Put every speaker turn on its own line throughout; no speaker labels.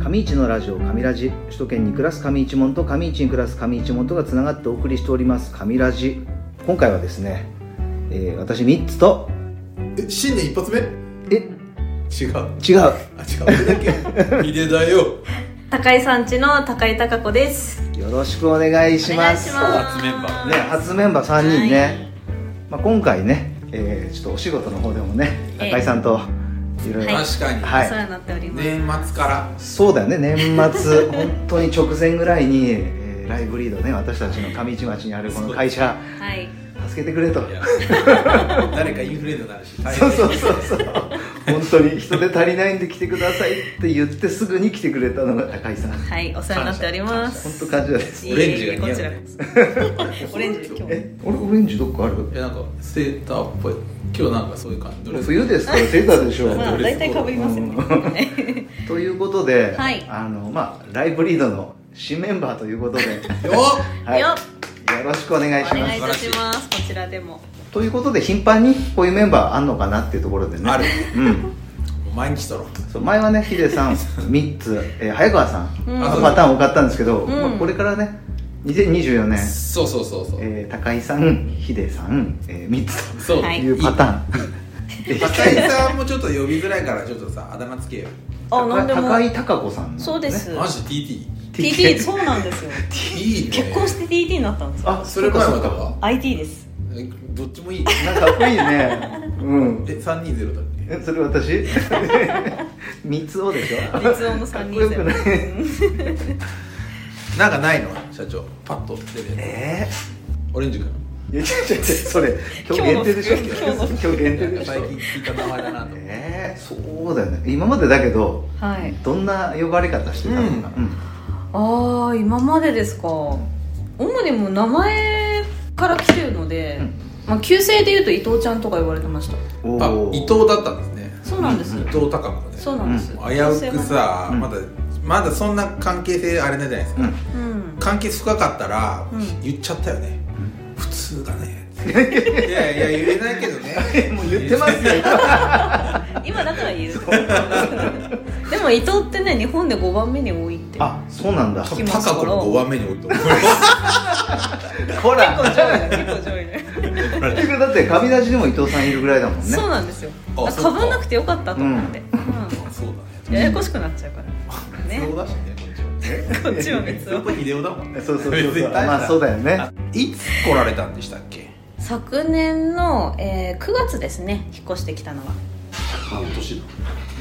上市のラジオ上ラジ首都圏に暮らす上市門と上市に暮らす上市門とがつながってお送りしております上ラジ今回はですね、えー私3つと
え新年一発目
え
違うあ
違う
違う俺 だけヒデだよ
高井さんちの高井貴子です。
よろしくお願いします
お願いし
初メンバー
ね初メンバー3人ね、まあ、今回ね、えーちょっとお仕事の方でもね
ええ
高井さんといろいろ、
はい
確かに、
はい
お世話になっております。
年末から
そうだよね年末 本当に直前ぐらいに、えーライブリードね私たちの上市町にあるこの会社
はい。
助けてくれと
いや 誰かインフルエンザになるし大
そう
変
そうそうそう本当に人手足りないんで来てくださいって言ってすぐに来てくれたのが高井さん本
はい、お世話になっております。
当感謝です
い
オ
え
レンジ
いえ
が似合う
こちら
ね
です。オレンジ今日。
え俺オレンジどっかある
いやなんかセーターっぽい今日なんかそういう感じ
もう冬ですからセーターでしょ
そう
まあ
ドレス
大
コー
体
ド
被りますよね。
ということで、
はい
あのまあライブリードの新メンバーということ で、
よ
はい、
よ
よ
っ
ろしくお願
お
いしま
願い
す
いたします。こちらでも。
ということで頻繁にこういうメンバーあんのかなっていうところでね
ある
うん
もう毎日撮ろう
そう前はねヒデさん3つ、えー早川さん
うん
のパターン多かったんですけど、
うん
まあ、これからね2024年、
そうそうそうそう、
えー高井さんヒデさん、えー、3つ
そう、
は
と
い
いうパターン、で
高井さんもちょっと呼びづらいからちょっとさあだ名つけよ
あ、なんでも。
高井高子さんなんね、
そうです。
マジ TT
TT そうなんですよ。
いいね
結婚して TT になったんですよ。
あ
それ前
そ
は
う
だ
か
わ
IT です。
えどっちもいい
なんかかっこいいね うん
え320だっけ
えそれ私 三つをでしょ
立音の
かっ
三
こ
人
よ
で
くない
なんかないの社長パッと出るや
え
つオレンジ君
ー、いや違う違う違うそれ今日限定でしょ
今日の
今日限定でしょ
最近聞いた名前だなと思って
えー、そうだよね今までだけど
はい。
どんな呼ばれ方してたのか、
う
うん
ああ、今までですか。主にもう名前から来てるので
うん、
まあ旧姓で言うと伊藤ちゃんとか言われてました。
お
あ
ー
伊藤だったんですね
そうなんです
伊。藤孝子ね
そうなんです。
危うくさ、
うん
まだまだそんな関係性あれなんじゃないですか、
うん
うん。
関係深かったら、
うん
言っちゃったよね、普通だねいやいや言えないけどね
もう言ってます よ
今だから言う。でも伊藤ってね、日本で5番目に多いって。
あそうなんだ
多
き
分
ます
孝子の5番目に多いと思う
ほら
結構上位だよ、結構上位だよ。
結局だって旅立ちでも伊藤さんいるぐらいだもんね
そうなんですよ。
あ
あ、
そ
か
うか
ぶんなくてよかったと思って。う
そうだ
ん。
ね
ややこしくなっちゃうから。
三
ね
つ。だしねこっちは
こっちは別
ずっと
を。
秀夫だもんね
そうそうそう
別
そう
に大した
まあそうだよね
あいつ来られたんでしたっけ
昨年の、えー、9月ですね、引っ越してきたのは。
半年
じゃ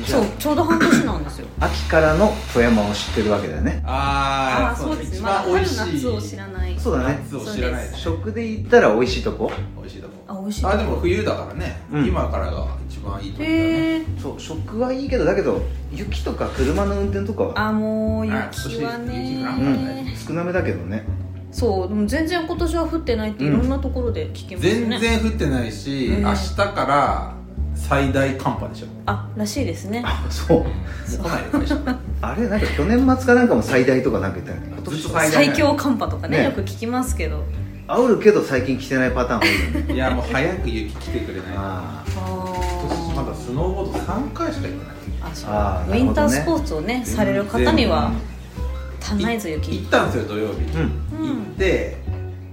そう、ちょうど半年なんですよ。
秋からの富山を知ってるわけだよね
あ
ああ、
ー
そうですね。
一
まだ
番美
春
味しい
夏を知らない。
そうだね
夏を知らないでしょ
食で言ったら美味しいとこ
美味しいとこ
あ、美味しい。
あでも冬だからね、
うん
今からが一番いいと思うんだね
へえ。
そう食はいいけどだけど雪とか車の運転とかは
あ、もう
あ
雪は
そして雪が
う
ね
ん。少なめだけどね
そうでも全然今年は降ってないっていろんなところで聞きますね、
全然降ってないし、
うん
明日から最大寒波でしょ
あらしいですね
あそう
来ないでください
あれなんか去年末かなんかも最大とかなんか言ったよね今
ずっ
年
と最大
最強寒波とかね
ね
よく聞きますけど
煽るけど最近着てないパターン多いよね
いやもう早く雪来てくれない今
あ
年ま
あ
だスノーボード3回しか行ってない
ーあそう
あーな
ウ
る
ィ
ほど
ン
ね
タースポーツをねされる方には足んないぞ
全然行
雪
ったんですよ土曜日、
あうん
う
行っ
ん
て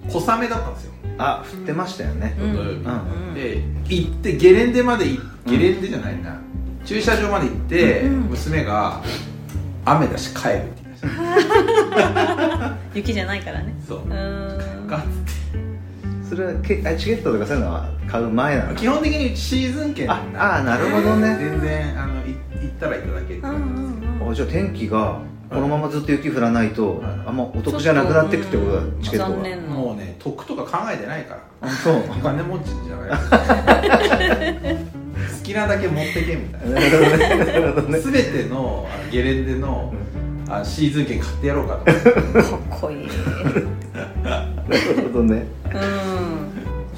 小雨だったんですよ
あ降ってましたよね
土
う
曜
ん
日、
うん
で行ってゲレンデまで行っ
うん
ゲレンデじゃないな、駐車場まで行って、
うん
娘が「雨だし帰る」って言いました
雪じゃないからね
そう
うーん
が
それはけあチケットとかそういうのは買う前なの
基本的にシーズン券
あ
んで
あーなるほどね
全然あのい行ったらいただける
うんうんうん
あじゃあ天気がこのままずっと雪降らないと、
はい
あんまお得じゃなくなってくってことだ、
うん
チケット
残
が
念
も
の
うね得とか考えてないから
あそう
お金持ちじゃ ない好きなだけ持ってけみたいな
なるほどねなるほどね
全てのあゲレンデのあシーズン券買ってやろうかと思って
かっこいいうん
なるほどね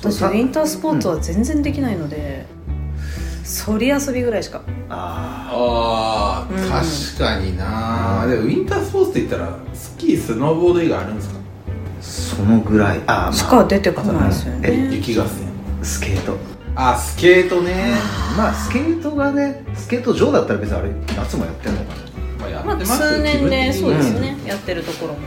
そう
私ウ
さ
ィンタースポーツは全然できないのでそり遊びぐらいしか
あ
あ
ー
確かになでもウィンタースポーツって言ったらスキースノーボード以外あるんですか
あそのぐらいあ
し
ー、ま
か出てこないですよ
え
ね
雪合戦
あ、スケート
あスケートね
まあスケートがねスケート場だったら別にあれ夏もやってんのかな
まあや
ま
っ
あ
てますけ
数
ど気
年
分的
で
に
そうですね、やってるところも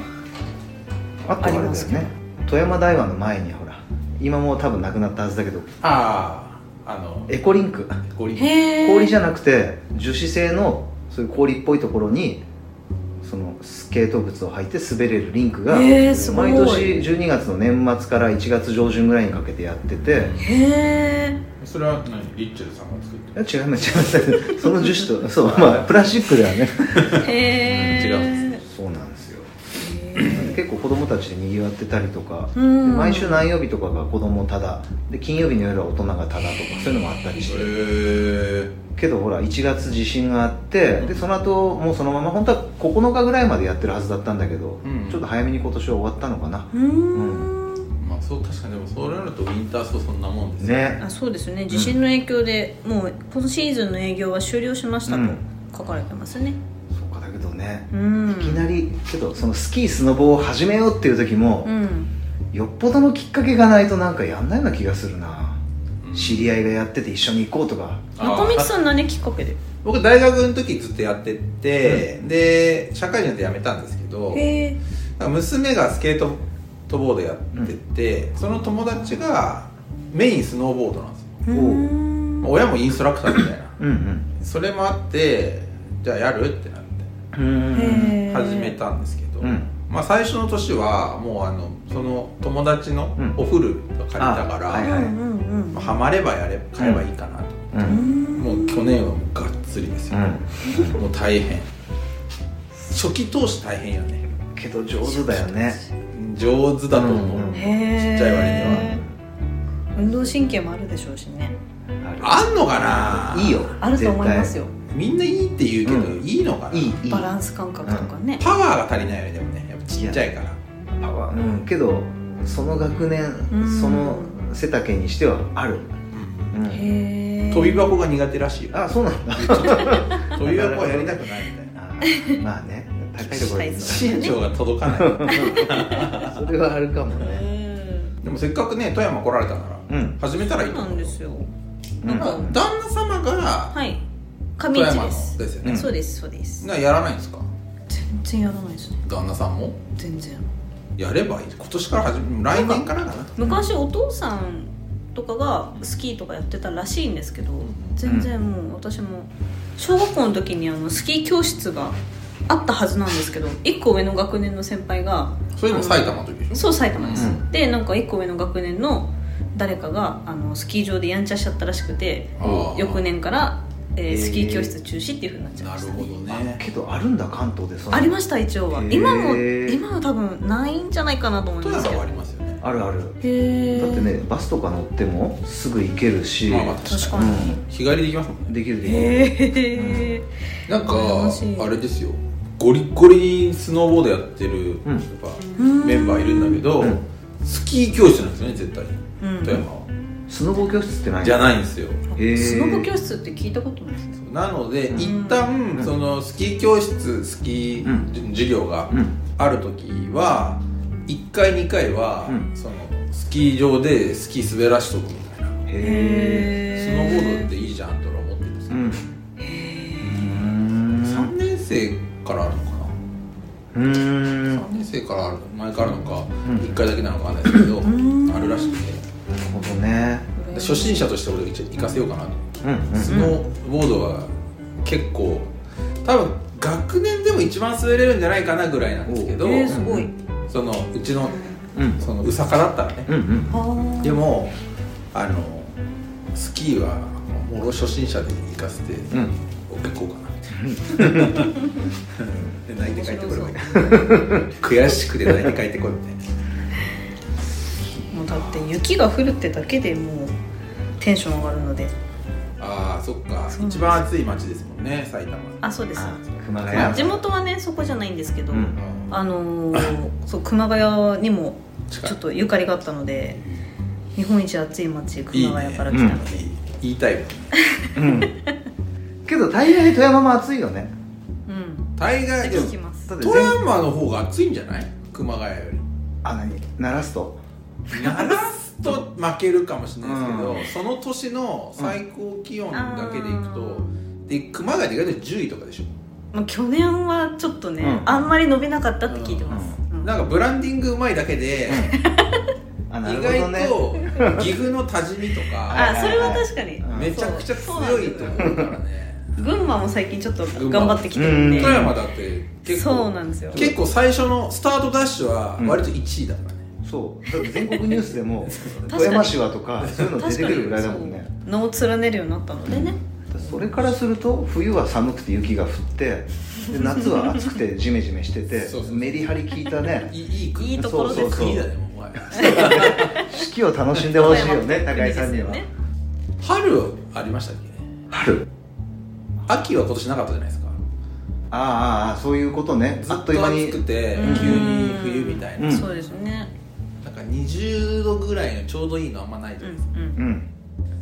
あとあれだよ
ありますけど
ね富山大和の前にほら今もう多分なくなったはずだけど
あああの
エコリンク
ゴリ
へえ
氷じ
ゃ
ゃなくて樹脂製のそういう氷っぽいところにそのスケート靴を履いて滑れるリンクが
へえすごい
毎年12月の年末から1月上旬ぐらいにかけてやってて
へえ
それは何リッチェルさんが作って
いや違います違います その樹脂とそうまあプラスチックではね
へえ
違うん
う
そうなんですよ結構子供たちで賑わってたりとか、
うん
で毎週何曜日とかが子供ただで金曜日の夜は大人がただとかそういうのもあったりして
へえ
けどほら1月地震があってでその後もうそのまま本当は9日ぐらいまでやってるはずだったんだけど、
うん
ちょっと早めに今年は終わったのかな
うーん
まあそう確かにでもそうなるとウィンターソーそんなもんです
ね
あそうですね地震の影響で、もう今シーズンの営業は終了しましたと
うん
書かれてますね
そうかだけどね
うん
いきなりけどそのスキースノボを始めようっていう時も
う、ん
よっぽどのきっかけがないとなんかやんないような気がするな
うん
知り合いがやってて一緒に行こうとか
中道さん何きっかけで
僕大学の時ずっとやってて、で社会人になって辞めたんですけど
へえ
なんか娘がスケートとボードやってて、その友達がメインスノーボードなんですよ
うーん
親もインストラクターみたいな
うん
それもあってじゃあやるってなって
うんうん
へえ
始めたんですけど、
うん
まあ、最初の年はもうあのその友達の
うん
おフルを借りたから、
あはい
うん
はい
うんうん
まあハマればやれ買えばいいかなと、
うんう
うんん
もう去年はもうがっつりですよ、もう大変初期投資大変よね
けど上手だよね
上手だと思う、
うんうん
へえ
ちっちゃい割に
運動神経もあるでしょうしね
あんのかない
いよ
あると思いますよ
みんないいって言うけど、
う
いいのかない
いいい
バランス感覚とかね、
パワーが足りないよねでもねやっぱちっちゃいから
パワーうんけどその学年
うん
その背丈にしてはある、
うん
うん
へえ
飛び箱が苦手らしいよ
あそうなんだ
飛び箱はやりたくないみたいな
あまあね高いところに
サイ
身長が届かない
それはあるかも
う
ね
ん
でもせっかくね富山来られたなら、
うん
始めたらいい
そう
と
な
思
ん
う
ですよ
う
なん
ん
か
旦那様が
はい
富
上市
山の
です
ですよ
う
ね
ん、
そうですそうです
なやらないんですか
全然やらないですね
旦那さんも
全然
やればいい今年から始め来年からかな
昔お父さんとかがスキーとかやってたらしいんですけど全然もう私も小学校の時にあのスキー教室があったはずなんですけど1個上の学年の先輩が
それでも埼玉の時でしょ
そう埼玉です、
うん
でなんか1個上の学年の誰かがあのスキー場でやんちゃしちゃったらしくて
あー
翌年から、えー
へー
スキー教室中止っていうふうになっちゃい
な
ま
る
した、
ほどね
けどあるんだ関東でその
ありました一応は
へー
今も今は多分ないんじゃないかなと思い
富
ます
山
けど
はありますよね
あるある
へえ
だってねバスとか乗ってもすぐ行けるし、
まあまあ
確
確か
か
に
に、
日帰りできますもんね
うん、できるできる
へえ
なん
羨ま
か
しい
あれですよゴリッゴリスノーボードやってる、
うん
やっぱメンバーいるんだけど、
うん
スキー教室なんですよね絶対に
うん
富山は、
スノボ教室ってない
じゃないんですよ
へー
スノボ教室って聞いたことないですね
なので、
うん
一旦、
うん
そのスキー教室スキー、
うん
じ授業が
うん
ある時は1回2回は、
うん
そのスキー場でスキー滑らしとくみたいな、
へえ
スノーボードっていいじゃんと俺は思ってるんです
う
けど、
ん
3年生からあるのかな
うーん
3年生からある前からなのか、
ん
1回だけなのかわかんないですけど、
ん
あるらしくて
なるほどね
で初心者として俺一応行かせようかなと思って、
うんうん
スノーボードは結構多分学年でも一番滑れるんじゃないかなぐらいなんですけど、
おう
えー、すごい
そのうちの
うん
そのうさかだったらね、
うんうん
あ
でもあのスキーはもう俺初心者で行かせて、
うん
結構かなみたいな で泣いて帰ってこればいい
面
悔しくて泣いて帰ってこいみたいな
もうだって雪が降るってだけでもうテンション上がるので
ああそっか
そうなんです
一番暑い町ですもんね埼玉
あそうです
あ熊
まあ
谷
地元はねそこじゃないんですけど、
うん
あのー、 そう熊谷にも
近い
ちょっとゆかりがあったので日本一暑い町熊谷から来たので
いい言いたいもん
うんけど大概富山も暑いよね
うん
大概
って
でも
聞きます
だって全
富山の方が暑いんじゃない熊谷より
あ何鳴らすと
鳴らすと負けるかもしれないですけど、
う
その年の最高気温だけでいくと、
う
で熊谷って意外と10位とかでしょ
まあ、去年はちょっとね、
うん
あんまり伸びなかったって聞いてます、うん
なんかブランディングうまいだけで、
あなる
意
ほどね
外と岐阜の多治見とか
あそれは確かに、
うん
めちゃくちゃ強いところからね
群馬も最近ちょっと
群馬
頑張ってきてるん
う
で
ん
富山だって結構
そうなんですよ
結構最初のスタートダッシュは割と1位だからね、
そうだって全国ニュースで も
に
富山市はとかそういうの出てくるぐらいだもんね
そう名を連ねるようになったのでね
それからすると冬は寒くて雪が降ってで夏は暑くてジメジメしてて
そうそうそう
メリハリ効いたね
いいい国
いいところです
そうそうそう
国だねもうお前
四季を楽しんでほしいよね
富
高
山
井さんには、
いいですよね
春ありましたっけ
春
秋は今年なかったじゃないですか
ああああそういうことねずっと今に
暑くて
うん
急に冬みたいな、
うん
そうですね
なんか20度ぐらいのちょうどいいのあんまないじ
う
ゃ
ん
な
う
いですか、
うんん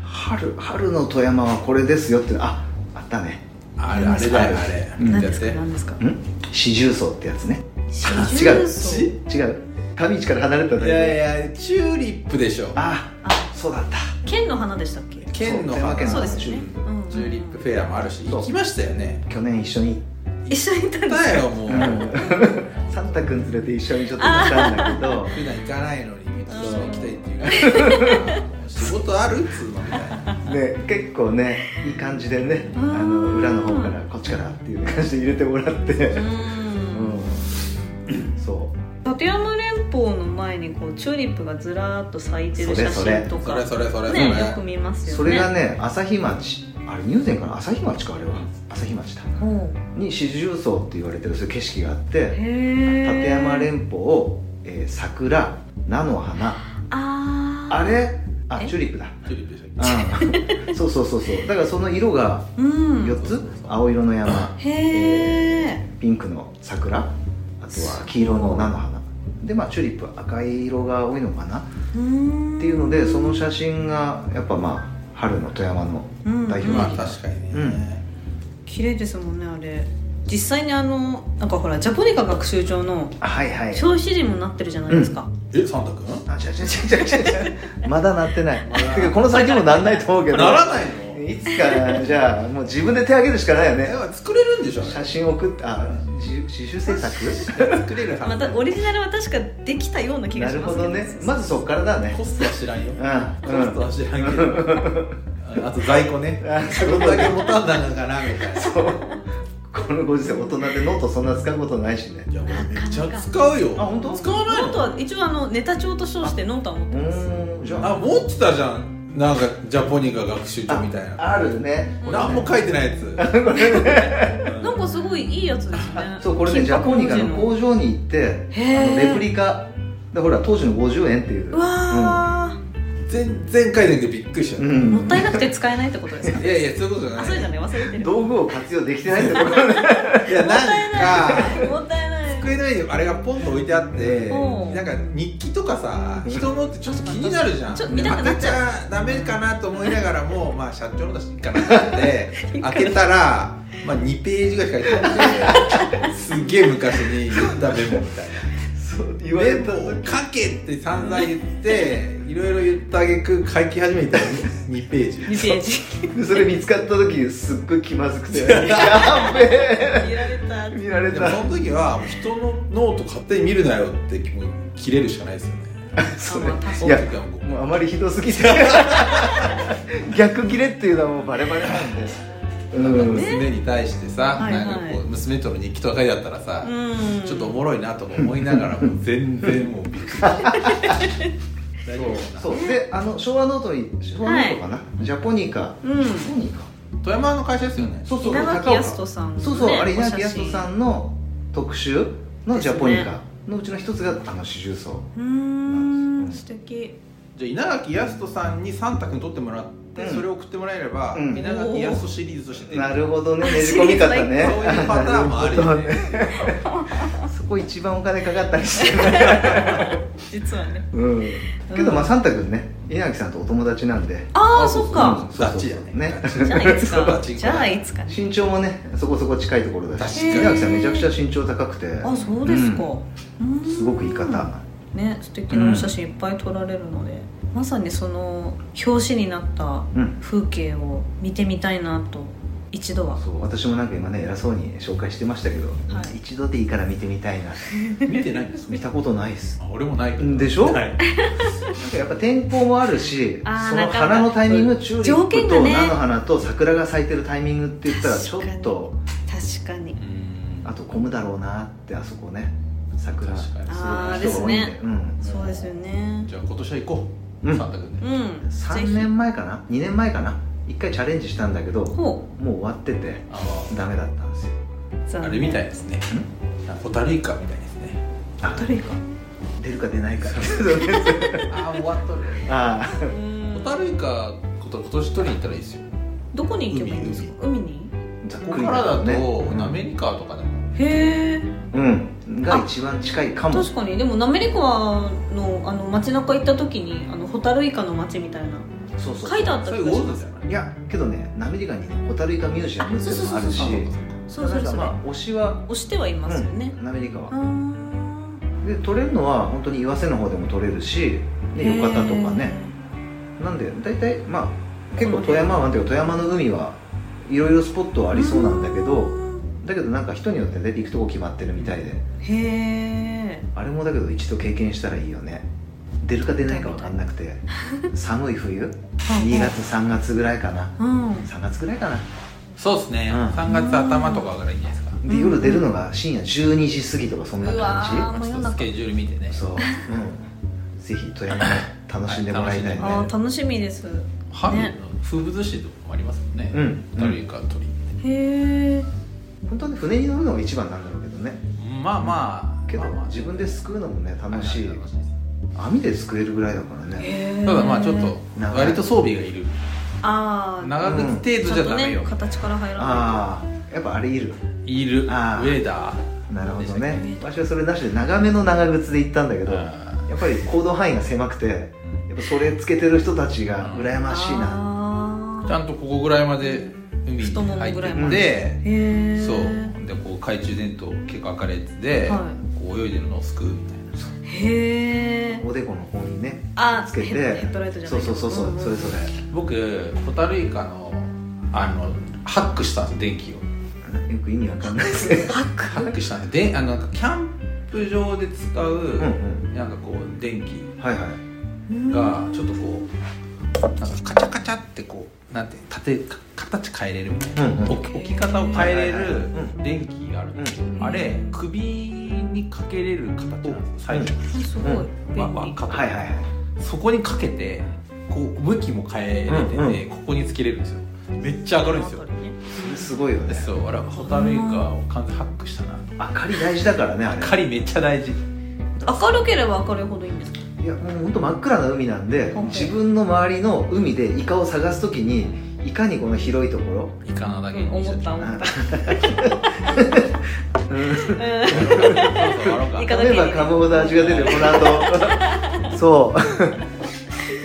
春春の富山はこれですよってああったね
あれあれだよあ
うん
れ
何
や
で
っ
すか
て
何ですか
ん四重奏ってやつね
四
違う
重奏
し
違う上市から離れただけ
いやいやチューリップでしょ
ああそうだった
県の花でしたっけ
県
そう
の
富山県の
そうですよね
チューリップ
うんうんうん
チューリップフェアもあるし
そう
行きましたよね
去年一緒に
一緒に行ったん
行
で
っ
す
た
よ
よもう
うんサンタ君連れて一緒にちょっと行ったんだけど
普段行かないのにめっちゃ行きたい っていうから仕事あるっつうのみたいな
ね、結構ねいい感じでねあ
うん
の裏の方からこっちからっていう感じで入れてもらって
う
うんんそ
立山連峰の前にこうチューリップがずらーっと咲いてる写
それ
真と
そ
か
れそれそれそれ、
ねよく見ま
う
すよね
それがね朝日町あれ入善かな朝日町かあれは朝日町だ
ほう
に四重層って言われてるそういう景色があっ
へ
て
ー
立山連峰を、えー桜菜の花
あー
あれあ
え
チューリップだ
チューリップでしょ
うん そうそうそうそうだからその色が
うん
4つ青色の山
へえ
ピンクの桜あとは黄色の菜の花でまあチューリップは赤い色が多いのかなっていうのでその写真がやっぱまあ春の富山の代表
まあ
的な
確かにね、
綺麗ですもんねあれ実際にあのなんかほらジャポニカ学習場の
あはいはい
表紙にもなってるじゃないですか、
えサンタ君
あ違う違う違う違う違うまだなってない
まだ
てかこの先もなんないと思うけど
ならないの
いつかじゃあもう自分で手挙げるしかないよ
え
ね
作れるんでしょあれ
写真送ってあ自自主制作
作れるは
ま
ず
たオリジナルは確かできたような気が
な
し
る
ま
ほ
すけ
ど
ど
ねまずそっからだね
コストは知らんよコ
うんう
スト
ん
は知らんけどああと在庫ね
あ
そこだけ持たんだのかなみたいな
そうこのご時世大人でノートそんな使うことないしね
いや俺めっちゃ使うよ
あ本当
使わない
ノート
の
は一応あのネタ帳と称してノートは持っ
う
てます
ーんじゃあ
あ持ってたじゃんなんかジャポニカ学習帳みたいな
ああるね
何も書いてないやつ
なんかすごいいいやつですね
そうこれねジ
金
ャ
箔
ポニカの
文
工場に行って
字へ
あの
え
レプリカでほら当時の50円っていう
うわー、
全然書いてなくてびっくりしちゃ
う
っ
ん
もったいなくて使えないってことですか
たいやいやそういうことじゃ
あ
な
そうじゃ
い
ない忘れてる
道具を活用できてないってとこ ろね
いやなんか
もったいない
机の上にあれがポンと置いてあって
うん
なんか日記とかさ人のってちょっと気になるじゃん
ちょっと見たくなっちゃ
開けちゃダメかなと思いながらもまあ社長だしいいかなと思って 開けたらまあ2ページぐらいしか書いてないんですっげえ昔に言ったメモみたいな
そう言わ
メ
れた
モを書けって散々言っていろいろ言ったあげく書き始めた2ページ
2ページ
それ見つかった時すっごい気まずくて やっべえ
見られた
見られ
でも
た
その時は人のノート勝手に見るなよってもう切れるしかないですよね
それ
あまあ
いや
その時はもう
もうあまりひどすぎ て逆切れっていうのはもうバレバレなんでうん
娘に対してさ、
はいはい
なんかこう娘との日記とか書いてあったらさ、
うん
ちょっとおもろいなとか思いながらも全然もうびっくりした大丈夫かな
そうであの昭和ノートに昭和ノートかな、ジャポニカ、
うん
ジャポニカ
富山の会社ですよね
そうそう
稲
高
垣
岡
康人さんの、ね、
そうそう、あれ稲垣
お
康
写真
人さんの特集のジャポニ
です
カのうちの一つがあの四重奏
うーん素敵
じゃあ稲垣康人さんにサンタ君撮ってもらって、
うん
それを送ってもらえれば、
うん
稲垣康人シリーズとして
な
る
るほど ねねじ込み方
シリーズ
ね
そういうパターンもあるよね
そこ一番お金かかったりしてね、
実はね
うん、 けどまあサンタ君ね稲垣さんとお友達なんで
ああそっか、
うん
ダチやね
ね
ダチ
じゃあいつ
そうだ
かじゃあいつかね
身長もねそこそこ近いところだし
確かに
稲垣さんめちゃくちゃ身長高くて
あそうですか、うーん
うんすごくいい方
ね素敵なお写真いっぱい撮られるので、まさにその表紙になった
うん
風景を見てみたいなと一度は
そう私もなんか今ね偉そうに紹介してましたけど、
はい
一度でいいから見てみたいな
見てないんです
見
ね
たことないっす
あ俺もないけど
でしょ
はい
なんかやっぱ天候もあるし
あー
その
なんか
花のタイミングチューリッ
条
プ
件
と
がね
菜の花と桜が咲いてるタイミングって言ったらちょっと
確かに
うん
あと混むだろうなってあそこね桜
確かに
あー
すごい人が多いん
ですね
うん
そうですよね
じゃあ今年は行こ
う
う、
ん
サンタ君
う
で、
ん
3
ぜ
年前かな2年前かな1回チャレンジしたんだけど
ひ
も
ほ
う終わってて
あー
ダメだったんですよ
う残
あ
念
れみたいですねなんかホタルイカみたいですね
あ
誰か
出るか出ないか
ああ終わっとる
ああ
ホタルイカこと今年取りに行ったらいいですよ
どこに行けばいいんですか海に
ざっ
ここ
くり
からだと、
ね
アメリカとかでも
へえ
うんが一番近いかも
確かにでも滑川のあの街中行った時にあのホタルイカの街みたいな
そうそう
書いてあった
そ
気
れ
が
ウォー
しま
ズ
す
じゃない
いやけどね滑川にねホタルイカミュージアムっていうのもあるし
あそうそうそう
そ
なん
うそう
か
それ
まあ推しは
押してはいますよね
滑川
あー
で取れるのは本当に岩瀬の方でも取れるしで浴衣とかねなんで大体まあ結構富山湾というか富山の海はいろいろスポットはありそうなんだけどだけどなんか人によって出て行くとこ決まってるみたいで
へえ
あれもだけど一度経験したらいいよね出るか出ないか分かんなく て寒い冬2月3月ぐらいかな
うん
3月ぐらいかな
そうですね、
うん
3月頭とかからいいんじゃないですか
で夜出るのが深夜12時過ぎとかそんな
う
感
わ
まあちょっとスケジュール見てね
じそう、うん、ぜひ富山で楽しんでもらいたいね、
あー楽しみです
春の
ね
風物詩とかもありますもんね、
うん
ホタルイカ取りに
へえ
本当はね船に乗るのが一番なんだろうけどね
まあまあ
けど
まあまあ
自分ですくうのもね楽しい
はは楽しいです
網ですくえるぐらいだからね
ただまあちょっと
長い
割と装備がいる
ああ
長靴程
ち
度じゃ
ょっと
ダメ
ね
よ、
形から入らない
ああやっぱあれいる
いるウ
あー
ェーダー
なるほど
で
ね
した
私はそれなしで長めの長靴で行ったんだけどや
あー
っぱり行動範囲が狭くてやっぱそれつけてる人たちが羨ましいな
な
ちゃんとここぐらいまで海に
太もも
入っ
ぐ
て
らい
ま
んで、
へえ
そうでこう懐中電灯結構明るいやつで、
は
こう泳いでるのを救うみたいな
へえ
おでこの方にね
あ
つけて
ヘッヘッドライトじゃな
そ
いう
そ
けど
うそうそう、
んん
それぞれ
僕ホタルイカのあのハックしたんです電気を
よく意味わかんないですけ ど
ハック
ハックしたんですであのなんかキャンプ場で使う、
ん
なんかこう電気
はいはい
がちょっとこうなんかカチャカチャってこうなんて縦か形変えれるみたいな、
うんうん
置き置き方を変えれ
はいはいはい
る
う
電気があるんですよ、
ん
あれ首にかけれる形なんですよ最初、
すごい便利、
わ輪っかとか
はいはいはい
そこにかけてこう向きも変えれてて、
うんうん
ここにつけれるんですよめっちゃ明るいんですよ
それすごいよね
そうあれホタルイカを完全ハックしたな
明かり大事だからねあれ
明かりめっちゃ大事
明るければ明るいほどいいんですか
いやもうほんと真っ暗な海なんで
ほんほん
自分の周りの海でイカを探すときにいかにこの広いところ
イカなだけに
思った思
あ
った
うん
そうそう笑おうか
イカだけ
噛
に
めば噛むほど味が出るこの 後そ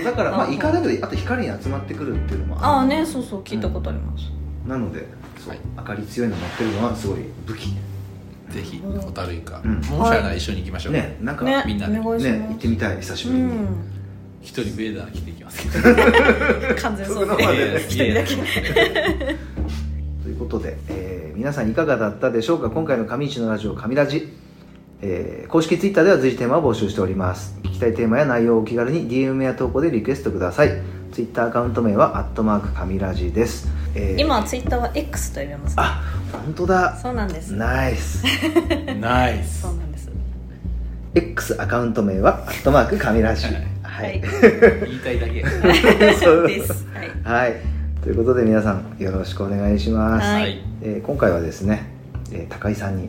う だからまあイカだけどあと光に集まってくるっていうのも
あ
あ
あ
る
ねそうそう聞いたことあります、
なのでそう、
はい
明かり強いの持ってるのはすごい武器
ぜひホタルイカ、
うん
もしあれなら一緒に行きましょう、
ねなんか
ね
ね
みんなで
お願いし
行
ま
っ
す、
てみたい久し
う
ぶりに、
ん
一人ベーダー着ていきますけど
完全そう
そこま
で
で
ね
一人だけ
ということで、えー皆さんいかがだったでしょうか今回の上市のラジオ上ラジ、えー公式ツイッターでは随時テーマを募集しております聞きたいテーマや内容をお気軽に DM や投稿でリクエストくださいツイッターアカウント名は「アットマーク上ラジ」です、えー
今ツイッターは X と呼びますね
あ本当だ
そうなんです
ナイス
ナイス
そうなんです
X アカウント名は「アットマーク上ラジ」は
はいい、
言いたいだけ
そう
ですは
は
い
い、ということで皆さんよろしくお願いします、
はい
えー今回はですね、えー高井さんに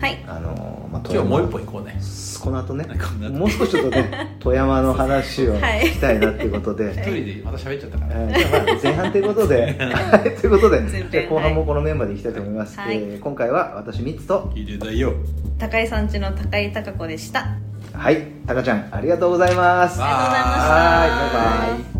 はい
あのーまあ、
今日もう一本行こうね
この後ね
こんな
もう少しちょっとね 富山の話を
はい
聞きたいなっていうことで、
一人でまた喋っちゃったから、
えーまあ前半ということではいということで
前編
じゃあ後半もこのメンバーでいきたいと思います、
はい
えー今回は私3つと
入れないよ
高井さんちの高井貴子でした
はいタカちゃんありがとうございます
ありが
はい
とうございました
バイバイ